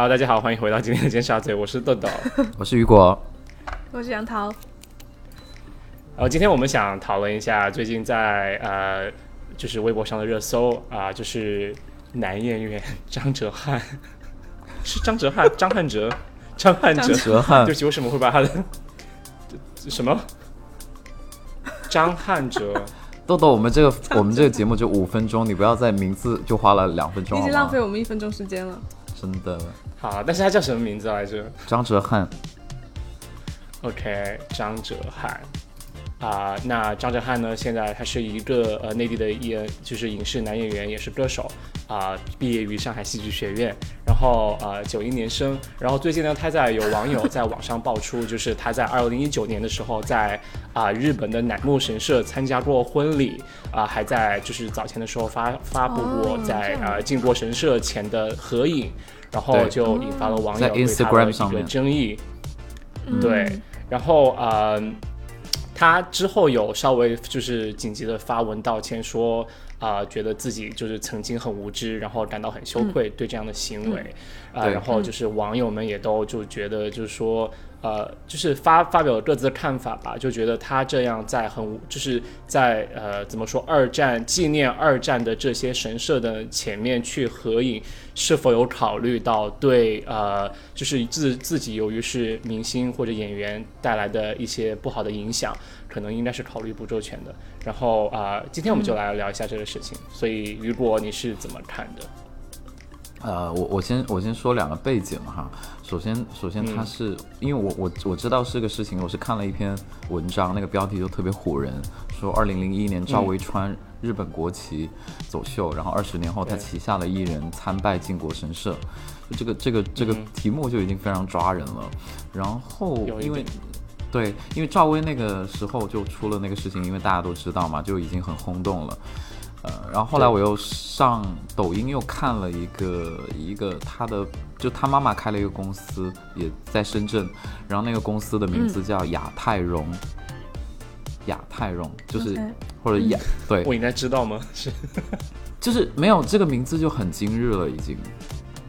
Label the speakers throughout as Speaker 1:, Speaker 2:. Speaker 1: Hello，大家好，欢迎回到今天的尖沙咀，我是豆豆。
Speaker 2: 我是雨果，
Speaker 3: 我是杨桃，
Speaker 1: 然呃后今天我们想讨论一下最近在呃，就是微博上的热搜啊、就是男演员张哲瀚， 是张哲瀚，张翰哲，张翰哲，对
Speaker 2: 哲 瀚
Speaker 1: 不起，为什么会把他的 什么张翰哲？
Speaker 2: 豆豆，我们 这个我们这个节目就五分钟，你不要在名字就花了两分钟
Speaker 3: 已
Speaker 2: 好
Speaker 3: 经
Speaker 2: 吗
Speaker 3: 浪费？我们一分钟时间了。
Speaker 2: 真的，
Speaker 1: 好，但是他叫什么名字来着？
Speaker 2: 张哲瀚
Speaker 1: OK，张哲瀚啊、那张哲瀚呢？现在他是一个呃内地的演，就是影视男演员，也是歌手啊、毕业于上海戏剧学院，然后呃九一年生，然后最近呢，他在有网友在网上爆出，就是他在二零一九年的时候在啊、日本的乃木神社参加过婚礼啊、还在就是早前的时候发发布过
Speaker 3: 哦
Speaker 1: 在
Speaker 3: 这样
Speaker 1: 啊、靖国神社前的合影，然后
Speaker 2: 对
Speaker 1: 就引发了网友
Speaker 2: 在
Speaker 1: 对他
Speaker 2: Instagram
Speaker 1: 的
Speaker 2: 上
Speaker 1: 一个
Speaker 2: 面
Speaker 1: 争议。
Speaker 3: 嗯
Speaker 1: 对，然后呃，他之后有稍微就是紧急的发文道歉说，啊，觉得自己就是曾经很无知，然后感到很羞愧对这样的行为，啊、
Speaker 2: 对
Speaker 1: 然后就是网友们也都就觉得就是说。呃，就是发发表各自的看法吧，就觉得他这样在很无就是在呃怎么说二战纪念二战的这些神社的前面去合影，是否有考虑到对呃，就是自自己由于是明星或者演员带来的一些不好的影响，可能应该是考虑不周全的。然后啊、呃今天我
Speaker 2: 嗯
Speaker 1: 们就来聊一下这个事情。所以雨果你是怎么看的？
Speaker 2: 呃，我我先我先说两个背景哈。首先，首先
Speaker 1: 嗯
Speaker 2: 他是、因为我我我知道这个事情，我是看了一篇文章，那个标题就特别唬人，说二零零一年
Speaker 1: 嗯
Speaker 2: 赵薇穿日本国旗走秀，然后二十年后她
Speaker 1: 对
Speaker 2: 旗下的艺人参拜靖国神社，就这个这个这个题目就已经非常抓人了。然后
Speaker 1: 嗯有一
Speaker 2: 因为
Speaker 1: 点
Speaker 2: 对，因为赵薇那个时候就出了那个事情，因为大家都知道嘛，就已经很轰动了。呃，然后后来我又上抖音又看了一个一个她的，就她妈妈开了一个公司，也在深圳，然后那个公司的名
Speaker 1: 嗯
Speaker 2: 字叫亚太荣，亚太荣就是
Speaker 3: OK
Speaker 2: 或者亚、对，
Speaker 1: 嗯我应该知道吗？ 是
Speaker 2: 就是没有这个名字就很今日了，已经，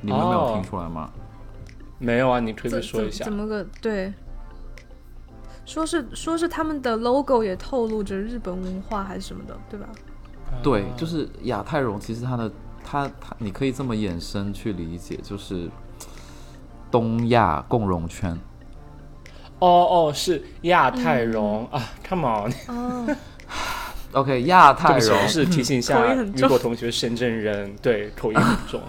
Speaker 2: 你们没
Speaker 1: 哦
Speaker 2: 有听出来吗？
Speaker 1: 没有啊？你可以
Speaker 3: 怎
Speaker 1: 说一
Speaker 3: 怎
Speaker 1: 下
Speaker 3: 怎。么个对？说是说是他们的 logo 也透露着日本文化还是什么的，对吧？
Speaker 1: 呃
Speaker 2: 对，就是亚太荣，其实它的它它，你可以这么衍生去理解，就是东亚共荣圈。
Speaker 1: 哦哦，是亚太荣、
Speaker 3: 嗯
Speaker 1: 啊！Come on，
Speaker 3: 哦，
Speaker 2: OK，亚
Speaker 1: 对
Speaker 2: 太
Speaker 1: 不起，
Speaker 2: 荣
Speaker 1: 我是提醒一
Speaker 3: 口
Speaker 1: 下
Speaker 3: 音很
Speaker 1: 雨
Speaker 3: 重
Speaker 1: 果同学，深圳人，对，口音 很重。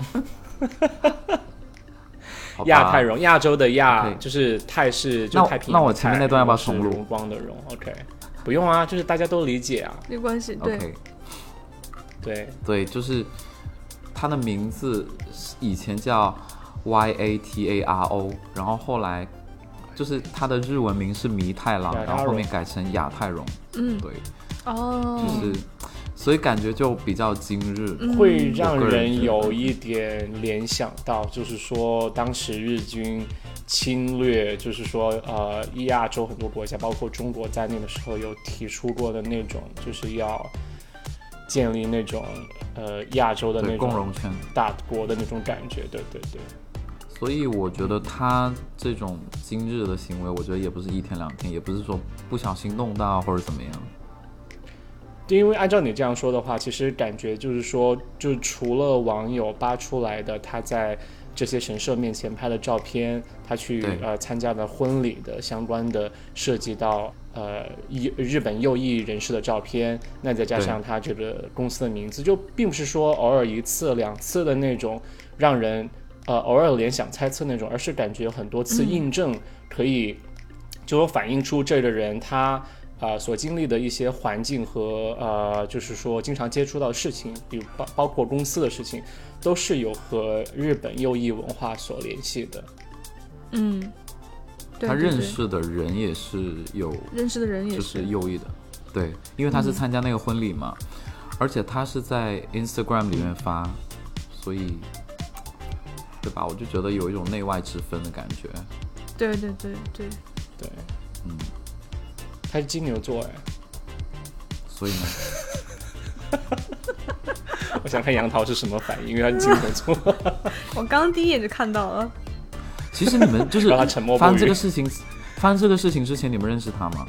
Speaker 2: 好吧
Speaker 1: 亚太荣，亚洲的亚
Speaker 2: OK
Speaker 1: 就是泰是就
Speaker 2: 那我
Speaker 1: 太平洋的泰。
Speaker 2: 那我前面那段要不要重录
Speaker 1: 然后是荣光的荣，OK，不用啊，就是大家都理解啊。
Speaker 3: 没关系，对
Speaker 2: OK，
Speaker 1: 对，
Speaker 2: 对，就是它的名字是以前叫 Y A T A R O，然后后来就是它的日文名是弥太郎
Speaker 1: 亚太，荣
Speaker 2: 然后后面改成亚太荣。
Speaker 3: 嗯，
Speaker 2: 对，
Speaker 3: 哦，
Speaker 2: 就是、所以感觉就比较今日。
Speaker 3: 嗯
Speaker 1: 会让
Speaker 2: 我个人
Speaker 1: 人
Speaker 2: 觉得
Speaker 1: 有一点联想到，就是说当时日军侵略，就是说呃亚洲很多国家，包括中国在内的时候，有提出过的那种，就是要建立那种呃亚洲的
Speaker 2: 对
Speaker 1: 那
Speaker 2: 共
Speaker 1: 种
Speaker 2: 荣圈，
Speaker 1: 大国的那种感觉。对对对，
Speaker 2: 所以我觉得他这种今日的行为，我觉得也不是一天两天，也不是说不小心弄到或者怎么样。
Speaker 1: 对，因为按照你这样说的话，其实感觉就是说，就除了网友扒出来的他在这些神社面前拍的照片，他去
Speaker 2: 对
Speaker 1: 呃参加的婚礼的相关的涉及到呃日日本右翼人士的照片，那再加
Speaker 2: 对
Speaker 1: 上他这个公司的名字，就并不是说偶尔一次两次的那种让人呃偶尔联想猜测那种，而是感觉有很多次印证可以就有反映出这个人他呃所经历的一些环境和呃就是说经常接触到的事情，比如包包括公司的事情，都是有和日本右翼文化所联系的。
Speaker 3: 嗯，对
Speaker 2: 他
Speaker 3: 对
Speaker 2: 认
Speaker 3: 对
Speaker 2: 识的人也是有，
Speaker 3: 认识的人也
Speaker 2: 就是是，右翼的，对，因为他
Speaker 1: 嗯
Speaker 2: 是参加那个婚礼嘛，而且他是在 Instagram 里面发，所以，对吧？我就觉得有一种内外之分的感觉。
Speaker 3: 对对对对，
Speaker 1: 对，
Speaker 2: 嗯，
Speaker 1: 他是金牛座哎，
Speaker 2: 所以呢，
Speaker 1: 我想看杨桃是什么反应，因为他是金牛座。
Speaker 3: 我刚刚第一眼就看到了，
Speaker 2: 其实你们就是
Speaker 1: 让他沉默不语
Speaker 2: 发生这个事情，发生这个事情之前，你们认识他吗？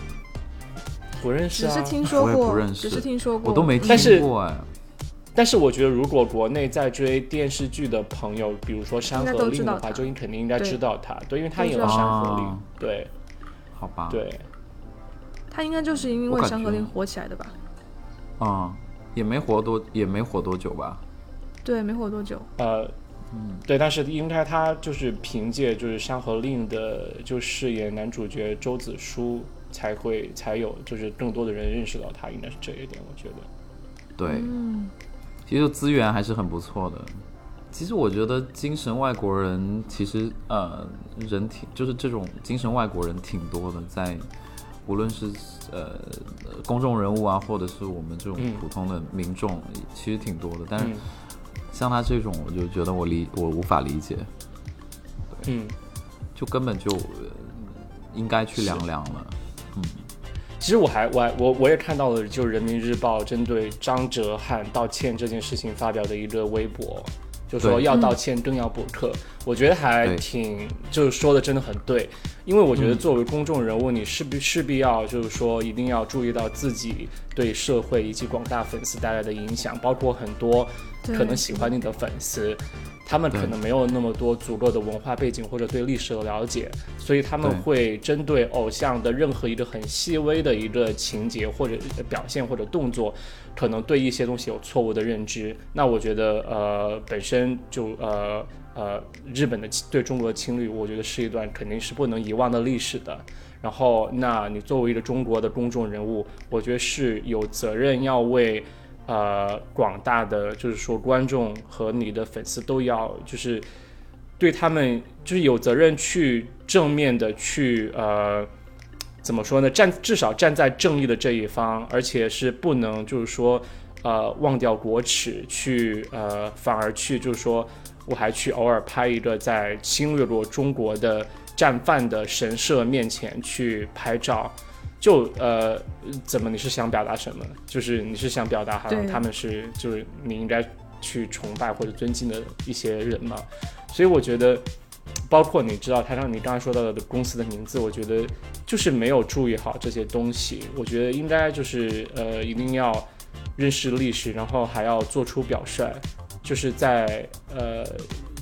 Speaker 1: 不认识
Speaker 3: 只
Speaker 1: 啊。
Speaker 3: 是听说
Speaker 2: 我也不
Speaker 3: 过，
Speaker 2: 认识
Speaker 3: 只是听说过，
Speaker 2: 我都没
Speaker 1: 但是
Speaker 2: 听过哎。
Speaker 1: 但是我觉得，如果国内在追电视剧的朋友，比如说《山
Speaker 3: 应该
Speaker 1: 河
Speaker 3: 都
Speaker 1: 令
Speaker 3: 知》道
Speaker 1: 的话，
Speaker 3: 他
Speaker 1: 就你肯定应该
Speaker 3: 对
Speaker 1: 知道他，对，因为他
Speaker 3: 都
Speaker 1: 演
Speaker 3: 知
Speaker 1: 了
Speaker 3: 道
Speaker 1: 《
Speaker 3: 他
Speaker 1: 山河令》
Speaker 2: 啊
Speaker 1: 对
Speaker 2: 好吧，，
Speaker 1: 对，
Speaker 3: 他应该就是因
Speaker 2: 我
Speaker 3: 为《
Speaker 2: 感
Speaker 3: 山河
Speaker 2: 觉
Speaker 3: 令》火起来的吧？
Speaker 2: 啊、也没活多，也没活多久吧。
Speaker 3: 对，没火多久。
Speaker 1: 呃，
Speaker 2: 嗯
Speaker 1: 对，但是应该他就是凭借就是《山河令》的就饰演男主角周子舒，才会才有就是更多的人认识到他，应该是这一点，我觉得。
Speaker 2: 对，
Speaker 3: 嗯，
Speaker 2: 其实资源还是很不错的。其实我觉得精神外国人，其实呃，人挺就是这种精神外国人挺多的，在无论是呃公众人物啊，或者是我们这种
Speaker 1: 嗯
Speaker 2: 普通的民众，其实挺多的。但是
Speaker 1: 嗯
Speaker 2: 像他这种，我就觉得我理我无法理解，
Speaker 1: 嗯，
Speaker 2: 就根本就、呃应该去凉凉了。
Speaker 1: 其实我还我还我我也看到了，就人民日报针对张哲瀚道歉这件事情发表的一个微博，就说
Speaker 2: 对嗯
Speaker 1: 要道歉更要补课，我觉得还
Speaker 2: 对嗯
Speaker 1: 挺就是说的真的很对，因为我觉得作为公众人物，你势必势必要就是说一定要注意到自己对社会以及广大粉丝带来的影响，包括很多
Speaker 3: 对
Speaker 1: 可能喜欢你的粉丝，他们可
Speaker 2: 对
Speaker 1: 能没有那么多足够的文化背景或者对历史的了解，所以他们
Speaker 2: 对
Speaker 1: 会针对偶像的任何一个很细微的一个情节或者表现或者动作，可能对一些东西有错误的认知。那我觉得，呃，本身就呃呃，日本的侵对中国的侵略，我觉得是一段肯定是不能遗忘的历史的。然后，那你作为一个中国的公众人物，我觉得是有责任要为呃广大的就是说观众和你的粉丝都要就是对他们就是有责任去正面的去呃怎么说呢站至少站在正义的这一方，而且是不能就是说呃忘掉国耻去呃反而去就是说我还去偶尔拍一个在侵略过中国的战犯的神社面前去拍照。就呃，怎么你是想表达什么？就是你是想表达好像
Speaker 3: 对
Speaker 1: 他们是就是你应该去崇拜或者尊敬的一些人嘛？所以我觉得，包括你知道他让你刚才说到的公司的名字，我觉得就是没有注意好这些东西。我觉得应该就是呃，一定要认识历史，然后还要做出表率，就是在呃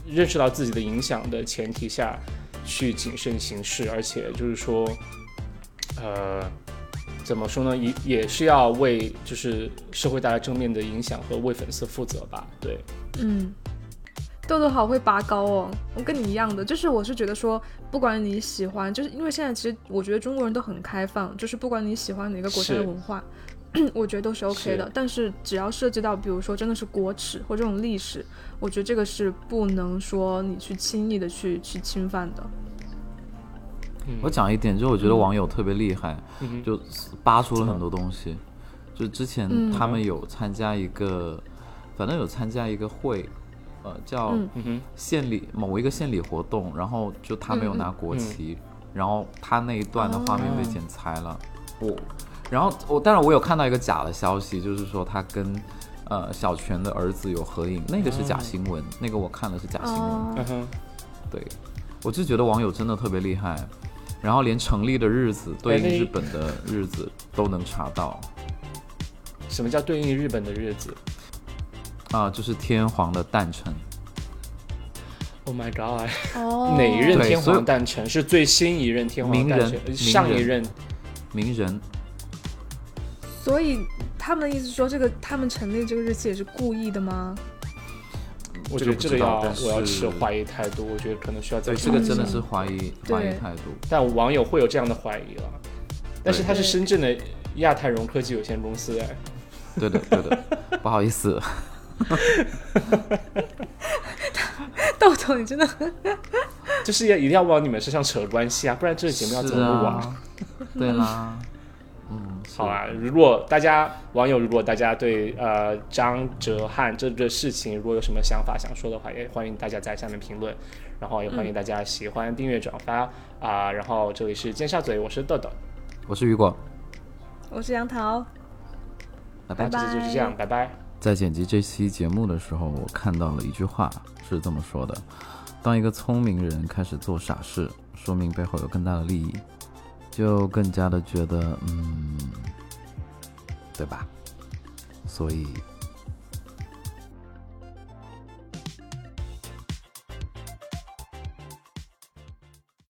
Speaker 1: 认识到自己的影响的前提下去谨慎行事，而且就是说，呃。怎么说呢？也也是要为就是社会带来正面的影响和为粉丝负责吧。对，
Speaker 3: 嗯，豆豆好会拔高哦，我跟你一样的，就是我是觉得说，不管你喜欢，就是因为现在其实我觉得中国人都很开放，就是不管你喜欢哪个国家的
Speaker 1: 是
Speaker 3: 文化， 我觉得都是 OK 的
Speaker 1: 是。
Speaker 3: 但是只要涉及到比如说真的是国耻或这种历史，我觉得这个是不能说你去轻易的去去侵犯的。
Speaker 2: 我讲一点，就是我觉得网友特别厉害，
Speaker 1: 嗯哼
Speaker 2: 就扒出了很多东西。就之前
Speaker 3: 嗯
Speaker 2: 他们有参加一个，反正有参加一个会，呃，叫
Speaker 3: 嗯
Speaker 1: 嗯哼，
Speaker 2: 县里、某一个县里活动，然后就他没有
Speaker 3: 嗯
Speaker 2: 拿国旗，然后他那一段的画面被剪裁了。
Speaker 3: 哦
Speaker 2: 我，然后我，当然我有看到一个假的消息，就是说他跟。呃，小泉的儿子有合影，那个是假新闻，那个我看了是假新闻。
Speaker 3: 哦、
Speaker 1: 嗯哼。
Speaker 2: 对，我就觉得网友真的特别厉害，然后连成立的日子对应日本的日子都能查到
Speaker 1: 什么叫对应日本的日子
Speaker 2: 啊、就是天皇的诞辰。
Speaker 1: ？Oh my god！、
Speaker 3: 哦
Speaker 1: 哪一任
Speaker 2: 对
Speaker 1: 天
Speaker 2: 所以
Speaker 1: 皇诞辰是最新一任天皇
Speaker 2: 名
Speaker 1: 诞
Speaker 2: 人
Speaker 1: 辰？呃
Speaker 2: 名
Speaker 1: 上一
Speaker 2: 人
Speaker 1: 任
Speaker 2: 名人
Speaker 3: 所以他们的意思说，这个他们成立这个日期也是故意的吗？
Speaker 1: 我觉
Speaker 2: 这个
Speaker 1: 得
Speaker 2: 不
Speaker 1: 这
Speaker 2: 知
Speaker 1: 个
Speaker 2: 道
Speaker 1: 要
Speaker 2: 但
Speaker 1: 我要
Speaker 2: 是
Speaker 1: 持怀疑态度，我觉得可能需要再
Speaker 2: 对这
Speaker 1: 查
Speaker 2: 个
Speaker 1: 一
Speaker 2: 真的
Speaker 1: 下
Speaker 2: 是怀疑
Speaker 3: 对
Speaker 2: 怀疑态度。
Speaker 1: 但网友会有这样的怀疑了。但是
Speaker 2: 对
Speaker 1: 它是
Speaker 3: 对
Speaker 1: 深圳的亚太融科技有限公司哎，
Speaker 2: 对的，对的，不好意思，
Speaker 3: 豆豆，你真的
Speaker 1: 就是要一定要往你们身上扯关系啊，不然这个节目要怎
Speaker 2: 是
Speaker 1: 么录啊？
Speaker 2: 啊，对啦，嗯，是
Speaker 1: 好啊，如果大家网友，如果大家对呃张哲瀚这个事情如果有什么想法想说的话，也欢迎大家在下面评论，然后也欢迎大家喜欢、订阅、转发啊、然后这里是尖沙咀，我是豆豆，
Speaker 2: 我是雨果，
Speaker 3: 我是杨桃，
Speaker 2: 拜拜
Speaker 3: 拜。拜
Speaker 1: 这就是这样，拜拜。
Speaker 2: 在剪辑这期节目的时候，我看到了一句话是这么说的：“当当一个聪明人开始做傻事，说明背后有更大的利益，就更加的觉得，嗯，对吧？所以